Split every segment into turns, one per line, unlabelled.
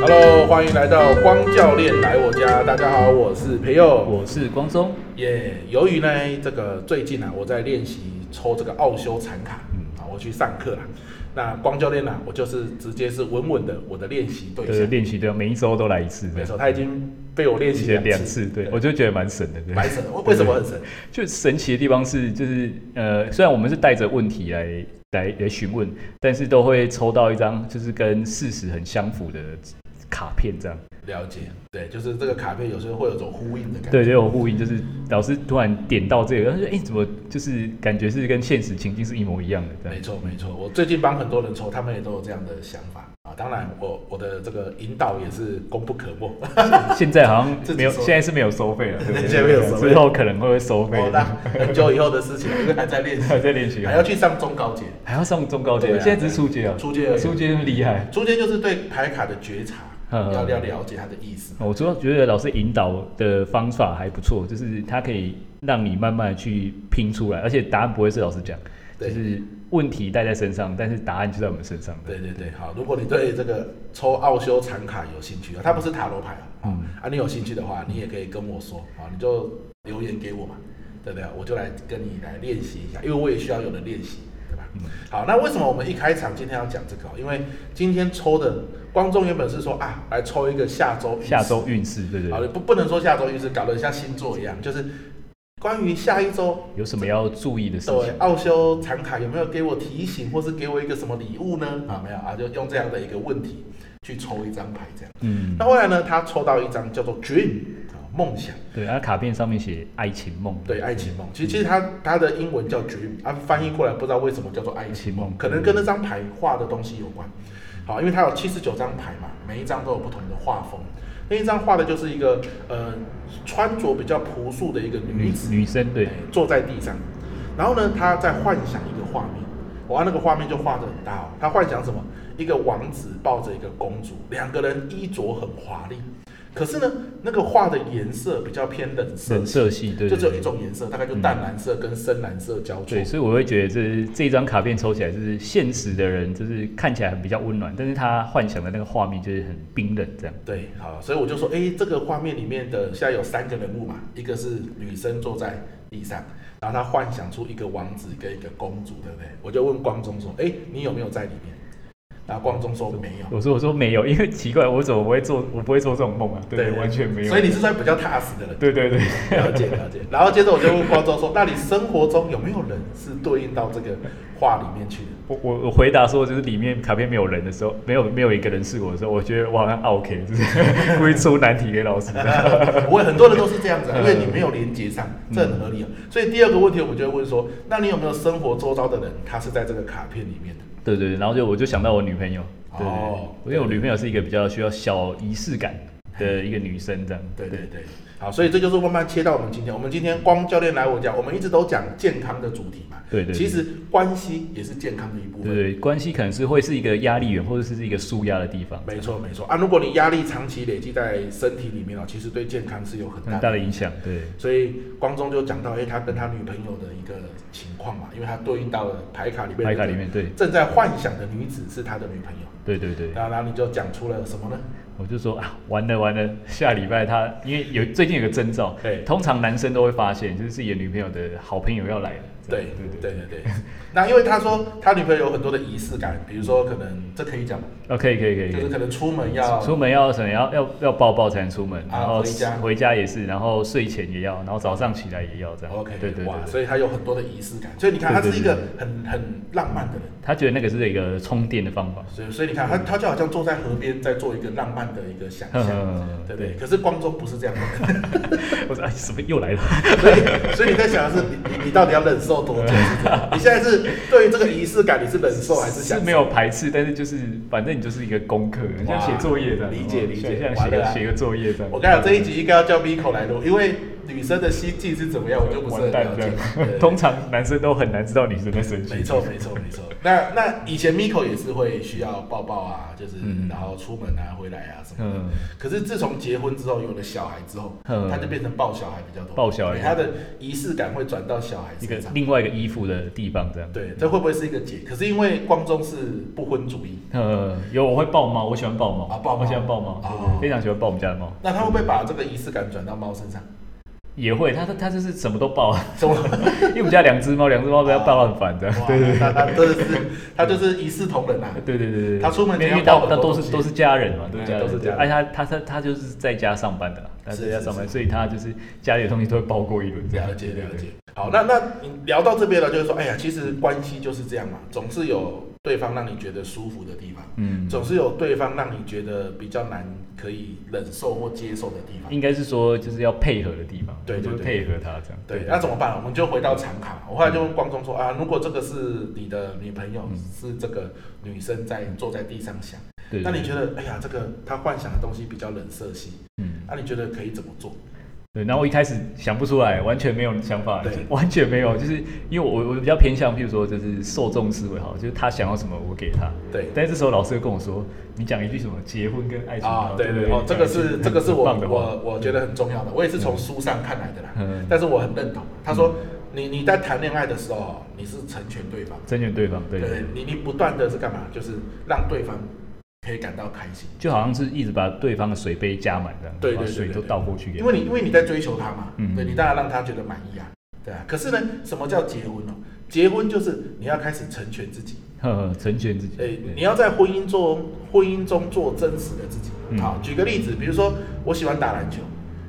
Hello，欢迎来到光教练来我家。大家好，我是培佑。
我是光松，
耶、由于呢，这个最近啊，我在练习抽这个奥修禅卡，嗯，啊，我去上课啦。那光教练呢、啊我就是直接是稳稳的我的练习对
就是
象。
练习对，每一周都来一次这
没错，
样，
他已经被我练
一
习
些两次，对我就觉得蛮神的，对
蛮神的。为为什么很神？
就神奇的地方是，就是呃，虽然我们是带着问题来来来询问，但是都会抽到一张就是跟事实很相符的卡片，这样，
了解，对，就是这个卡片有时候会有种呼应的感觉。
对，就有呼应，就是老师突然点到这个，他说，哎、怎么就是感觉是跟现实情境是一模一样的这
没
样，
错没错，我最近帮很多人抽，他们也都有这样的想法啊。当然我，我的这个引导也是功不可没。
现在好像没有，
自己收
现在是没有收费了，对不对
现在没有收费
之后可能会收费
哦，， 那很久以后的事情， 因为还在练习，
还在练习
还要去上中高阶。
还要上中高阶，
对啊
现在只是初阶啊，
初阶而已
初阶那么厉害。
中间就是对牌卡的觉察，
嗯
要要了解它的意思。
我主要觉得老师引导的方法还不错，就是他可以让你慢慢地去拼出来，而且答案不会是老师讲，就
对
是问题带在身上，但是答案就在我们身上的。
对对对，好，如果你对这个抽奥修禅卡有兴趣啊，它不是塔罗牌啊，
嗯
啊，你有兴趣的话，你也可以跟我说啊，你就留言给我嘛，对不对？我就来跟你来练习一下，因为我也需要有人练习，对
嗯
吧？好，那为什么我们一开场今天要讲这个哦？因为今天抽的光宗原本是说啊，来抽一个下周运势
下周运势，对对
好
对，
不不能说下周运势，搞得像星座一样，就是关于下一周
有什么要注意的事
对
情，？
奥修产卡有没有给我提醒，或是给我一个什么礼物呢？啊，没有啊，就用这样的一个问题去抽一张牌，这样。
嗯
那，后来呢，他抽到一张叫做 dream 啊，梦想，
对，啊，卡片上面写爱情梦，
对，爱情梦。其实其实它它的英文叫 dream，啊，翻译过来不知道为什么叫做爱情梦，可能跟那张牌画的东西有关。好，因为它有七十九张牌嘛，每一张都有不同的画风。那一张画的就是一个呃穿着比较朴素的一个女
女
子，
女生对
哎，坐在地上，然后呢，他在幻想一个画面，哇，那个画面就画得很大哦。他幻想什么？一个王子抱着一个公主，两个人衣着很华丽，可是呢，那个画的颜色比较偏冷色
冷
系，
色系，对，
就
对
只有一
对
种颜色，大概就淡蓝色跟深蓝色交错。
对，所以我会觉得这这张卡片抽起来，就是现实的人，就是看起来很比较温暖，但是他幻想的那个画面就是很冰冷这样。
对，好，所以我就说，哎，这个画面里面的现在有三个人物嘛，一个是女生坐在地上，然后她幻想出一个王子跟一个公主，对不对？我就问光宗说，哎，你有没有在里面？然后光宗说没有，
我说我说没有，因为奇怪，我怎么不会做，我不会做这种梦啊？对，完全没有。
所以你是算比较踏实的人，
对对对，
了解了解。然后接着我就问光宗说，那你生活中有没有人是对应到这个画里面去的？
我我我回答说，就是里面卡片没有人的时候，没有没有一个人是我的时候，我觉得我好像 OK，就是故意出难题给老师。
我很多人都是这样
嗯
子、啊，因为你没有连接上，这很合理啊。所以第二个问题我们就会问说，那你有没有生活周遭的人，他是在这个卡片里面的？
对对对，然后就我就想到我女朋友，对对对
哦，
因为我女朋友是一个比较需要小仪式感的一个女生，这样。
对对对，好，所以这就是慢慢切到我们今天。我们今天光教练来我家，我们一直都讲健康的主题嘛。
对对对
其实关系也是健康的一部
对
分。
对，关系可能是会是一个压力源，或者是一个舒压的地方，
没错没错啊，如果你压力长期累积在身体里面哦，其实对健康是有很大
很大的影响。对，
所以光中就讲到，哎、他跟他女朋友的一个情况嘛，因为他对应到了牌卡里面，
牌卡里面，对
正在幻想的女子是他的女朋友，
对对对，
然后然后你就讲出了什么呢？
我就说啊，完了完了，下礼拜他因为有最近有个征兆
对，
通常男生都会发现，就是自己的女朋友的好朋友要来了。这
对
样
对对对对。那因为他说他女朋友有很多的仪式感，比如说可能这可以讲吗，
哦，可以可以可以
就
可
是
以。
可能出门要
出门要什么？要要要抱抱才能出门，
啊
然后
回家
回家也是，然后睡前也要，然后早上起来也要这样。
OK，
对对
哇，
对对，
所以他有很多的仪式感，所以你看他
对
是
对
一个
对
很很浪漫的人，
他觉得那个是一个充电的方法。
所以所以你看他他就好像坐在河边在做一个浪漫的一个想象，
嗯
对不对？可是光中不是这样的人，
我说哎，什么又来了？
所以所以你在想的是你你你到底要忍受多久？是这样你现在是对于这个仪式感你是忍受还是想
是没有排斥，但是就是反正你就是一个功课，很像
哇
写作业这样。哦
理解理解
像
完
写
了
个
啊
写个作业这样。
我跟你讲，这一集应该要叫 Miko 来录，因为女生的心境是怎么样，我就不是很
完蛋
了
这
解
样。
对对。
通常男生都很难知道女生在生
没
气。
错，没错，没错。那那以前 Miko 也是会需要抱抱啊，就是、
嗯
然后出门啊、回来啊什么的。
嗯，
可是自从结婚之后，有了小孩之后，
嗯
他就变成抱小孩比较多，
抱小孩
对他的仪式感会转到小孩
一个
身上。
另外一个依附的地方这样。
对，这会不会是一个解？可是因为光宗是不婚主义，
呃，有我会抱猫，我喜欢抱猫
啊抱猫
我喜欢抱猫，
哦
非常喜欢抱我们家的猫，
那他会不会把这个仪式感转到猫身上？
也会，它它它就是什么都抱，啊
怎么？
因为我们家两只猫，两只猫被它
啊
抱到很烦的。
哇，那他真的是，他就是一视同仁啊。
对对对对，对
他出门前
因为
要抱很
到
多
到都
东
是
西
都是家人嘛，都
对
是家人，
都是家人
哎，他他他他就是在家上班的啦，他
是
在家
是
上班，
是
所以他就是家里的东西都会包过一轮这样。
了解
对
了解。。好，那那你聊到这边了，就是说，哎呀，其实关系就是这样嘛，总是有对方让你觉得舒服的地方，
嗯，
总是有对方让你觉得比较难可以忍受或接受的地方。
应该是说就是要配合的地方，
对对
就是
对
配合他这样。
对，啊那怎么办？我们就回到常
嗯
卡。我后来就跟光中说啊，如果这个是你的女朋友，是这个女生在坐在地上想，
对，
那
对
你觉？得，哎呀，这个她幻想的东西比较冷色系，啊
嗯，
那你觉得可以怎么做？
对。然后我一开始想不出来，完全没有想法
对，
完全没有，就是因为我我比较偏向，譬如说就是受众思维好，就是他想要什么我给他。
对
但是这时候老师又跟我说，你讲一句什么结婚跟爱情
啊，对对
不
哦，这个
讲一
是
句
这个是我
很棒的话
我我觉得很重要的，我也是从书上看来的啦，
嗯
但是我很认同。他说，你你在谈恋爱的时候，你是成全对方，
征选对方，对
对你你不断的是干嘛？就是让对方可以感到开心，
就好像是一直把对方的水杯加满这样，
对对
把
对
水
对
都
对
倒过去给
因
他。
为你因为你在追求他嘛，
嗯
对你当然让他觉得满意啊，对啊。可是呢，什么叫结婚哦？结婚就是你要开始成全自己，
呵呵，成全自己。
诶，哎你
要
要在婚姻做婚姻中做真实的自己。
嗯
好，举个例子，比如说我喜欢打篮球，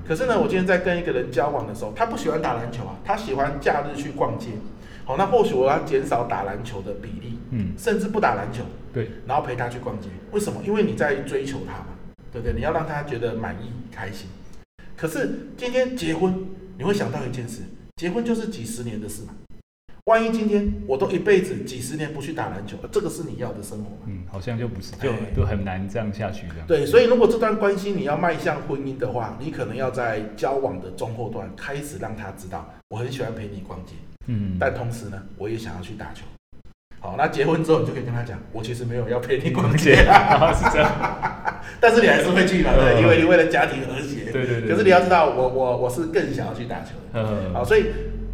可是呢，我今天在跟一个人交往的时候，他不喜欢打篮球啊，他喜欢假日去逛街。好，那或许我要减少打篮球的比例，
嗯，
甚至不打篮球，
对，
然后陪他去逛街。为什么？因为你在追求他嘛，对不对？你要让他觉得满意、开心。可是今天结婚，你会想到一件事，结婚就是几十年的事嘛。万一今天我都一辈子几十年不去打篮球，这个是你要的生活吗？
嗯，好像就不是，就
哎
就很难这样下去这样。
对，所以如果这段关系你要迈向婚姻的话，你可能要在交往的中后段开始让他知道，我很喜欢陪你逛街，
嗯，
但同时呢，我也想要去打球。好，那结婚之后你就可以跟他讲，我其实没有要陪你逛
而且
街，
然后是这样，
但是你还是会去嘛，对不对，因为你为了家庭和谐。
嗯对对对
可是你要知道，我我我是更想要去打球的。好，
呃，
所以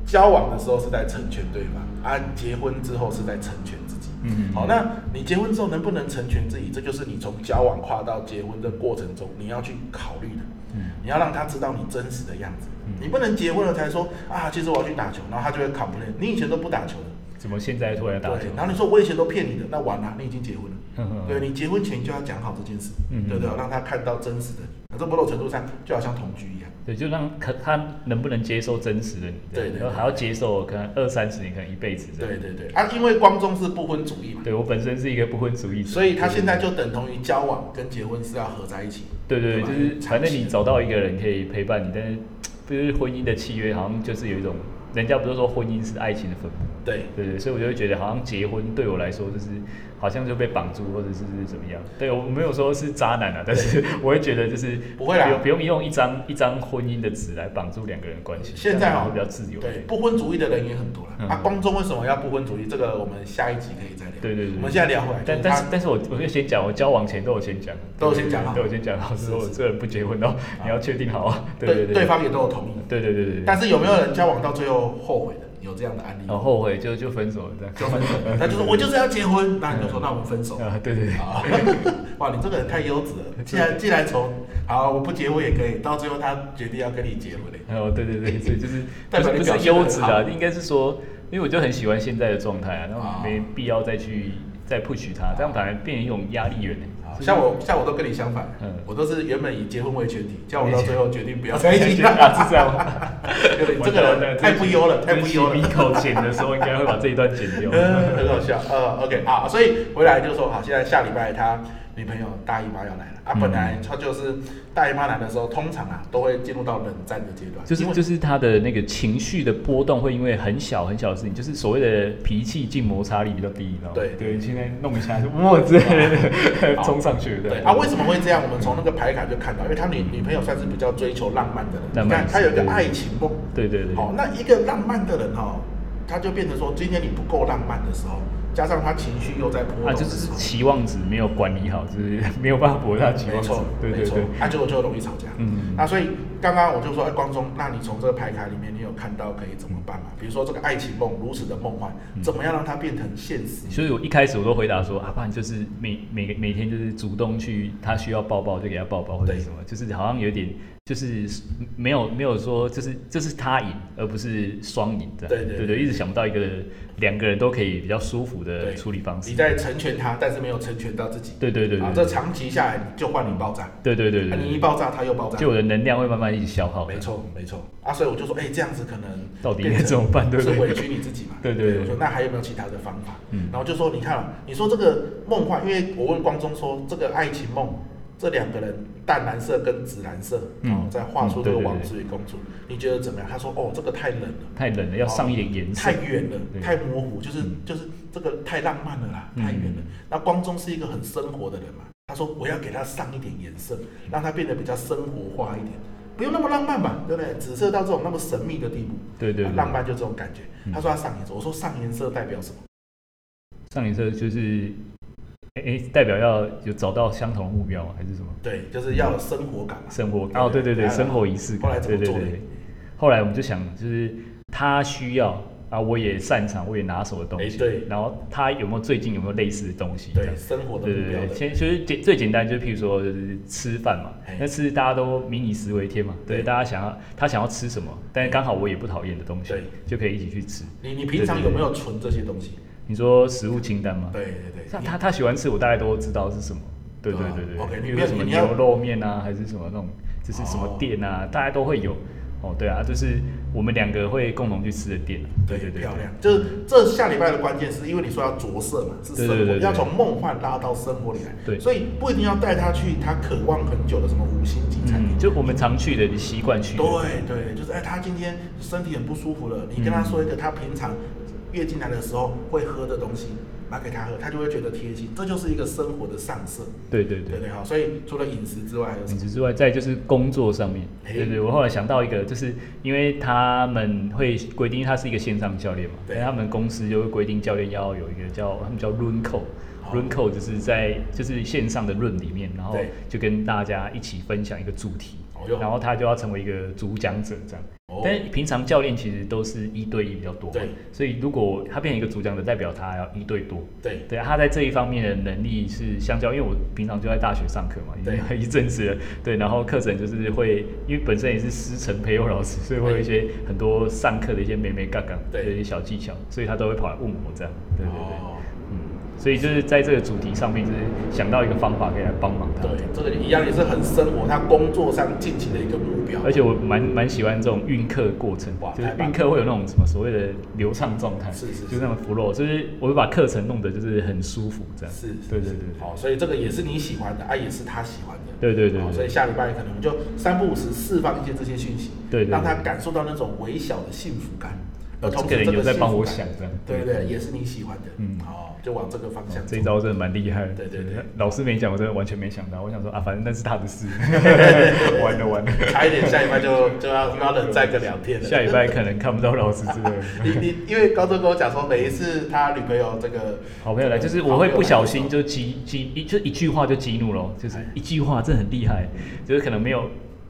交往的时候是在成全对方，啊，结婚之后是在成全自己。
嗯
好，那你结婚之后能不能成全自己，这就是你从交往跨到结婚的过程中你要去考虑的。
嗯
你要让他知道你真实的样子，
嗯
你不能结婚了才说啊，其实我要去打球，然后他就会 complain，你以前都不打球的，
怎么现在突然打球
对，？然后你说我以前都骗你的，那完了，你已经结婚了。
呵呵
对你结婚前就要讲好这件事，
嗯
对不对？让他看到真实的你，那这某种程度上就好像同居一样。
对，就让可他能不能接受真实的你这
对
样？
对对
然后还要接受可能二三十年，可能一辈子这样。
对对对，啊，因为光宗是不婚主义嘛，
对我本身是一个不婚主义者，
所以他现在就等同于交往跟结婚是要合在一起。
对对对，
吧
就是反正
长
你。
期的
找到一个人可以陪伴你，但是就是婚姻的契约好像就是有一种，人家不是说婚姻是爱情的坟墓，
对，
对对，所以我就会觉得好像结婚对我来说就是好像就被绑住或者是怎么样。对我没有说是渣男啊，但是 我会觉得就是
不会啦
用不用用一张一张婚姻的纸来绑住两个人的关系，
现
这
在
样好
啊
像比较自由一
对
点。
不婚主义的人也很多了。
嗯
啊，光宗为什么要不婚主义？这个我们下一集可以再聊。
对对对
我们现在聊回来，
但
就是
但
他
是但是我我就先讲，我交往前都有先讲，
都有先讲好
对我先讲好，
是
说我
是
这个人不结婚哦，你要确定好啊，对
对
对
对
对
方也都有同意。
对对对对，哦
但是有没有人交往到最后后悔的？有这样的案例
然后
吗？
后悔就就分手了这样。
就分手，他就说我就是要结婚，那你就说
嗯
那我们分手。
啊，对对对，
啊， 哇，你这个人太优质了！既 然既然从好我不结婚也可以，到最后他决定要跟你结婚嘞。
哦，对对对，所以就是
代
不
表你
是不
表现得
是优
很
质
好
啊，应该是说，因为我就很喜欢现在的状态啊，然后没
啊
必要再去再 push 它，这样反而变成一种压力源呢
啊。
就是
像我像我都跟你相反
嗯，
我都是原本以结婚为前提，叫我到最后决定不要在 一起了。
啊，是这样吗？
对你这个人太不优了，太不优了
一。口剪的时候应该会把这一段剪掉。
嗯，很好笑。呃，OK，好，所以回来就说好，现在下礼拜他女女朋友大姨妈要来了
嗯
啊，本来她就是大姨妈来的时候，通常啊都会进入到冷战的阶段，
就是
因为
就是他的那个情绪的波动会因为很小很小的事情，就是所谓的脾气静摩擦力比较低，你知道吗？
对
对，现在弄一下就哇之类的 冲上去，
对
对
啊，为什么会这样？我们从那个牌卡就看到，因为他女女朋友算是比较追求浪漫的人，
嗯浪
你
漫
看他有一个
对
爱情梦，
对对对，
好，那一个浪漫的人哦，他就变成说，今天你不够浪漫的时候，加上他情绪又在波动
啊，
的
就
时
是
候，
期望值没有管理好，就是没有办法博大期
没
望值
错，，
对
没
对
错
对，，
啊，结果就容易吵架。
嗯，
那所以刚刚我就说，哎，光宗，那你从这个牌卡里面，你有看到可以怎么办吗？比如说这个爱情梦如此的梦幻，
嗯
怎么样让它变成现实？
所以我一开始我都回答说，啊，不然就是每每个每天就是主动去，他需要抱抱就给他抱抱或者
对
什么，就是好像有点就是没有没有说就是这是他赢，而不是双赢这样。
对对
对一直想不到一个两个人都可以比较舒服的
对
处理方式
你。在成全他，但是没有成全到自己。
嗯对对对
啊
对，
这长期下来就换你爆炸，
对对对
啊你一
对
爆炸他又爆炸
对，，就我的能量会慢慢一直消耗。
没错没错。啊，所以我就说，哎，这样子可能
到底
变成
该怎么办对不对
是委屈你自己嘛？
对对对
我说那还有没有其他的方法？
嗯
然后就说，你看、啊，你说这个梦幻，因为我问光中说这个爱情梦，这两个人淡蓝色跟紫蓝色，
嗯
哦，在画出这个
嗯对对对
王子与公主，你觉得怎么样？他说，哦，这个太冷了，
太冷了，要上一点颜色
哦太。远了
对，
太模糊，就是
嗯
就是这个太浪漫了啦，
嗯
太远了。那光中是一个很生活的人嘛，他说我要给他上一点颜色，
嗯
让他变得比较生活化一点，不用那么浪漫吧，对不对？紫色到这种那么神秘的地步，
对对对，
浪漫就这种感觉
嗯。
他说他上颜色，我说上颜色代表什么？
上颜色就是，哎、诶代表要有找到相同的目标吗还是什么？
对，就是要有生活感嘛。
生活
对
哦，对对
对
对，
对
生活仪式
后来
感，
怎
对
么
对
做的
对。后来我们就想，就是他需要啊，我也擅长，我也拿手的东西，
哎对
然后他有没有最近有没有类似的东西？这样
对，生活的
对
目标的
对对，。先就是简最简单，就是譬如说就是吃饭嘛
嘿，
那吃大家都民以食为天嘛，对，
对
大家想要他想要吃什么，但是刚好我也不讨厌的东西
对，
就可以一起去吃。
你你平常有没有存这些东西？
你说食物清单吗？
对对对
像，他他喜欢吃，我大概都知道是什么。对对
对啊
对对
OK，
比
你
如
不
说
要
什么
你要
牛肉面啊，还是什么那种，就是什么
哦
店啊，大家都会有。哦，对啊，就是我们两个会共同去吃的店。啊对对对，
漂亮。就是这下礼拜的关键是因为你说要着色嘛，是生活，
对对对对
要从梦幻拉到生活里来。
对
所以不一定要带他去他渴望很久的什么五星级餐厅。
嗯，就我们常去的习惯去的。
对对，就是哎，他今天身体很不舒服了，你跟他说一个他平常月经来的时候会喝的东西，拿给他喝，他就会觉得贴心，这就是一个生活的上色，
对对
对
对
不。对哈。所以除了饮食之外，还有什
饮
么？
食之外，再就是工作上面，
哎
对对，我后来想到一个，就是因为他们会规定他是一个线上教练嘛，
对
但他们公司就会规定教练要有一个叫他们叫 run code。
哦
run code 就是在就是线上的论里面，然后
对
就跟大家一起分享一个主题
哦哟，
然后他就要成为一个主讲者这样。
哦
但平常教练其实都是一对一比较多嘛
对，
所以如果他变成一个主讲者，代表他要一对多，
对
对，啊他在这一方面的能力是相较，因为我平常就在大学上课嘛，已经
对
一阵子了，对，然后课程就是会，因为本身也是师承培优老师，所以会有一些很多上课的一些美美嘎嘎，
对
一些小技巧，所以他都会跑来问我这样，对对对，
哦
嗯，所以就是在这个主题上面，就是想到一个方法可以来帮忙他，
对，这个一样也是很生活，他工作上进行的一个目标。
而且我蛮蛮喜欢这种运课过程
哇，
就是
太棒
运课会有那种什么所谓的流畅状态，
是是
就是
是
那种 flow，就是我会把课程弄得就是很舒服这样，
是，是
对对
是
对对
好，所以这个也是你喜欢的，啊，也是他喜欢的，
对对对
好
对
所以下礼拜可能我们就三不五时释放一些这些讯息，
对对对
让他感受到那种微小的幸福感，而同时
这个
这
人
个
有在帮我
幸福
想
感
这样，
对对对，也是你喜欢的，
嗯
哦，就往这个方向走
这一。招真的蛮厉害的。
对对对，
老师没讲，我真的完全没想到。我想说啊，反正那是他 的事，完了完了，
差一点，下礼拜就就要又要冷战个两天了。
下礼拜可能看不到老师之 类的。
你你因为高中跟我讲说，每一次他女朋友这个
好朋友来，就是我会不小心就激激一就一句话就激怒了，哦就是
哎
一句话，这很厉害，就是可能没有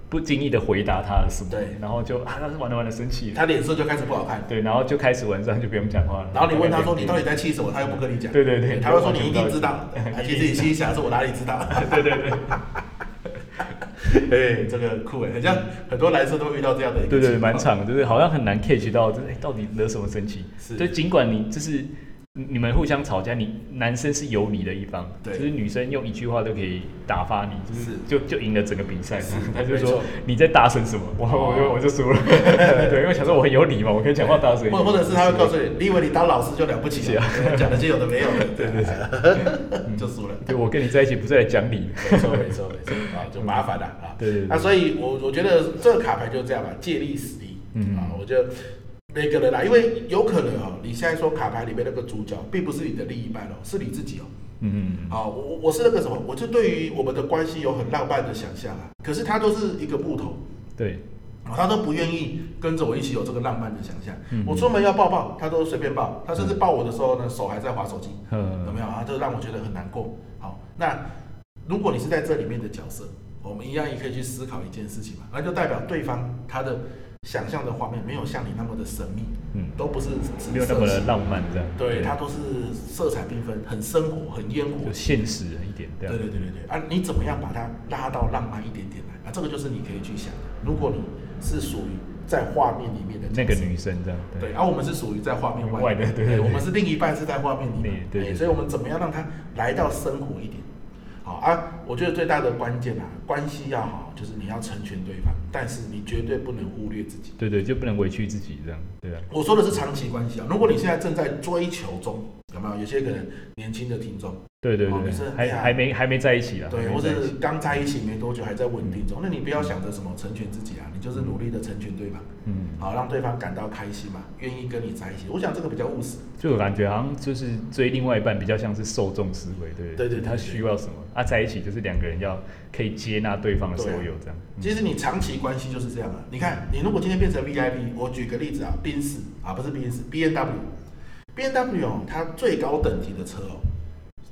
不经意的回答他了什么，
对
然后就啊，老师完了完了生气了，
他脸色就开始不好看，
对，然后就开始晚上就不用讲话了。
然后你问他说你到底在气什么，他又不跟你讲，
对对对
他会说你一定知道，啊其实你心里想是我哪里知道，
对对对。
哎、这个很酷哎，很像很多男生都会遇到这样的一个
对对，
情况
蛮。长的，就是好像很难 catch 到，就是、哎到底惹什么生气
是。
就尽管你就是你你们互相吵架，你男生是有理的一方，
对
就是女生用一句话都可以打发你，就是
是
就就赢了整个比赛
是。
他就
没
说
错哦
你在大声什么，我我就我就输了， 对，因为想说我很有理嘛，我可以讲话大声一点，
或或者是他会告诉你，你以为你当老师就了不起了，
啊
讲那些有的没有 的，对对
嗯
对， 就输了。
对我跟你在一起不是来讲理，
没错没错没错啊，就麻烦了啊。
对对对
那所以我我觉得这个卡牌就是这样吧，借力使力。
嗯
啊，我觉得每个人啦，啊因为有可能哦，你现在说卡牌里面那个主角并不是你的另一半哦，是你自己哦。
嗯嗯
啊，我我我是那个什么，我就对于我们的关系有很浪漫的想象啊，可是他都是一个木头。
嗯，对，
啊他都不愿意跟着我一起有这个浪漫的想象。
嗯
我出门要抱抱，他都随便抱，他甚至抱我的时候呢，手还在划手机。有
呃
没，有啊？这让我觉得很难过。好，那如果你是在这里面的角色，我们一样也可以去思考一件事情嘛，那就代表对方他的想象的画面没有像你那么的神秘，
嗯
都不是只
没有那么的浪漫这样，
对，它都是色彩缤纷，很生活，很烟火
就。现实一点这
对对，
样
对对对，啊，你怎么样把它拉到浪漫一点点来？啊，这个就是你可以去想的。如果你是属于在画面里面的
那
角
个
色
女生这样，
对，啊而、我们是属于在画面外
外的对对对
我们是另一半是在画面里面，
对对对
哎所以我们怎么样让它来到生活一点？好啊，我觉得最大的关键啊，关系要好，就是你要成全对方，但是你绝对不能忽略自己。
对对，就不能委屈自己这样，对啊，
我说的是长期关系啊，如果你现在正在追求中，有没有？有些可能年轻的听众，
对对
哦
对
你是，
还
哎呀
还没还没在一起啊，
对，
还
或
没在一
是
起
刚在一起没多久还在稳定中，那你不要想着什么成全自己啊，你就是努力的成全对方，
嗯。
好让对方感到开心嘛，愿意跟你在一起。我想这个比较务实。
就我感觉好像就是追另外一半比较像是受众思维，对不
对对对
他需要什么啊，在一起就是两个人要可以接纳对方的所有这样。嗯
啊其实你长期关系就是这样啊。你看，你如果今天变成 VIP，我举个例子啊，宾士啊，不是宾士，B N W，B N W 哦，它最高等级的车哦，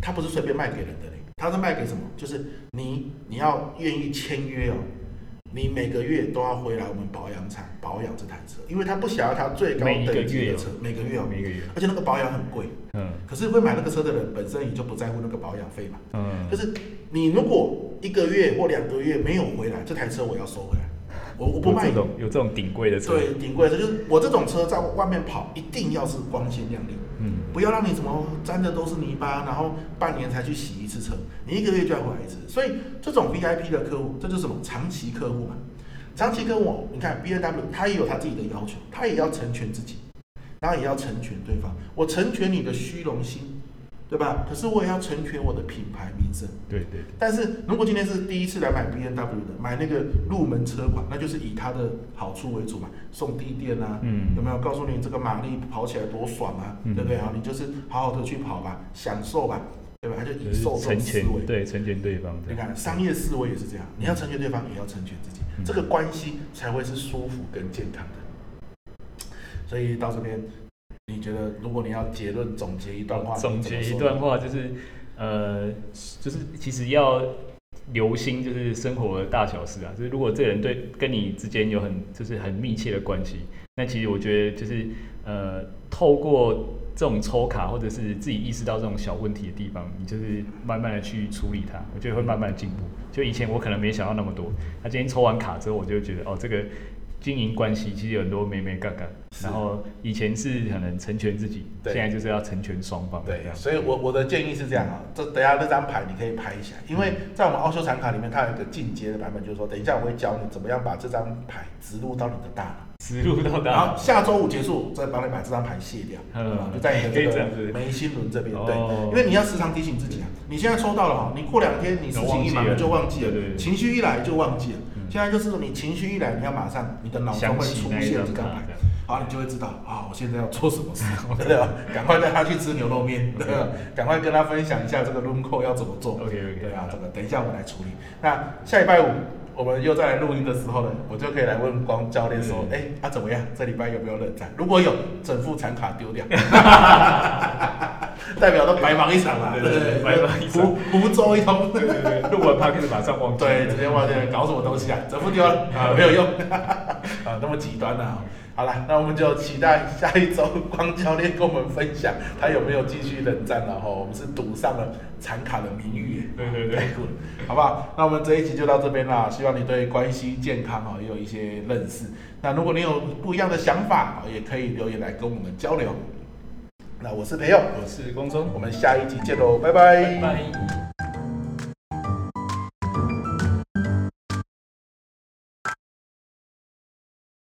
它不是随便卖给人的嘞，它是卖给什么？就是你你要愿意签约哦，你每个月都要回来我们保养厂保养这台车，因为他不想要它最高
每一个
等级
月
的
哦
车，每个月哦，
每个月
而且那个保养很贵，
嗯
可是会买那个车的人本身也就不在乎那个保养费嘛。
嗯，
就是你如果一个月或两个月没有回来，这台车我要收回来，我我不卖
有这
你。
种有这种顶贵的车，
对，顶贵的车就是我这种车在外面跑，一定要是光鲜亮丽，
嗯，
不要让你什么沾的都是泥巴，然后半年才去洗一次车，你一个月就要回来一次。所以这种 VIP 的客户，这就是什么长期客户嘛。长期客户哦，你看 B N W，他也有他自己的要求，他也要成全自己，然后也要成全对方。我成全你的虚荣心，对吧？可是我也要成全我的品牌名声。
对对对，
但是如果今天是第一次来买 B N W 的，买那个入门车款，那就是以它的好处为主嘛，送低电啊，
嗯
有没有告诉你这个马力跑起来多爽啊，
嗯
对不对啊？你就是好好的去跑吧，享受吧，对吧？它就以
就是
受众
成
思
全
维。
对成全对方这
你
样。
看商业思维也是这样，你要成全对方，也要成全自己，
嗯
这个关系才会是舒服跟健康的。所以到这边，你觉得如果你要结论总结一段话，
总
你怎么
结一
说
段话就是，呃，就是其实要留心就是生活的大小事啊，就是如果这个人对跟你之间有很就是很密切的关系，那其实我觉得就是呃，透过这种抽卡或者是自己意识到这种小问题的地方，你就是慢慢的去处理它，我觉得会慢慢的进步。就以前我可能没想到那么多，那今天抽完卡之后，我就觉得哦，这个经营关系其实有很多美美嘎嘎，
是
然后以前是可能成全自己，
对
现在就是要成全双方。
对
这，样
所以我我的建议是这样啊，这等一下那张牌你可以拍一下，因为
嗯
在我们奥修禅卡里面，它有一个进阶的版本，就是说，等一下我会教你怎么样把这张牌植入到你的大脑，
植入到大
然后
脑。
下周五结束再帮你把这张牌卸掉，
嗯
嗯，就在你的
可以
这
这
个
样子
眉心轮这边，
哦
对，因为你要时常提醒自己啊，你现在抽到了哈，你过两天你事情一忙
都忘记了
你就忘记
对对对嗯
了，情绪一来就忘记了，现在就是你情绪一来，你要马上你的脑中
想
会
起
出
那一
现
张
这张
卡
牌
这样。
啊，你就会知道啊，我现在要做什么 事，对吧？赶快带他去吃牛肉面，对吧？赶快跟他分享一下这个 room call 要怎么做。
OK，OK
对啊，这个等一下我们来处理。那下礼拜五我们又再来录音的时候呢，我就可以来问光教练
嗯
说，哎、他、啊、怎么样？这礼拜有没有冷战？如果有，整副残卡 丢掉，代表都白忙一场了，
对
对
对对
对，
白忙一场
胡胡诌一通。
对对对，录完 p o d 马上忘记。
对，直接忘记了搞什么东西啊，整副丢了啊，没有用 啊，那么极端呐、啊。好了，那我们就期待下一周光教练跟我们分享他有没有继续冷战了哈，我们是赌上了残卡的名誉耶，
对对对
太酷了，好不好？那我们这一集就到这边啦，希望你对关系健康哦也有一些认识。那如果你有不一样的想法，哦也可以留言来跟我们交流。那我是培佑，
我是公中，
我们下一集见喽，拜拜。
拜。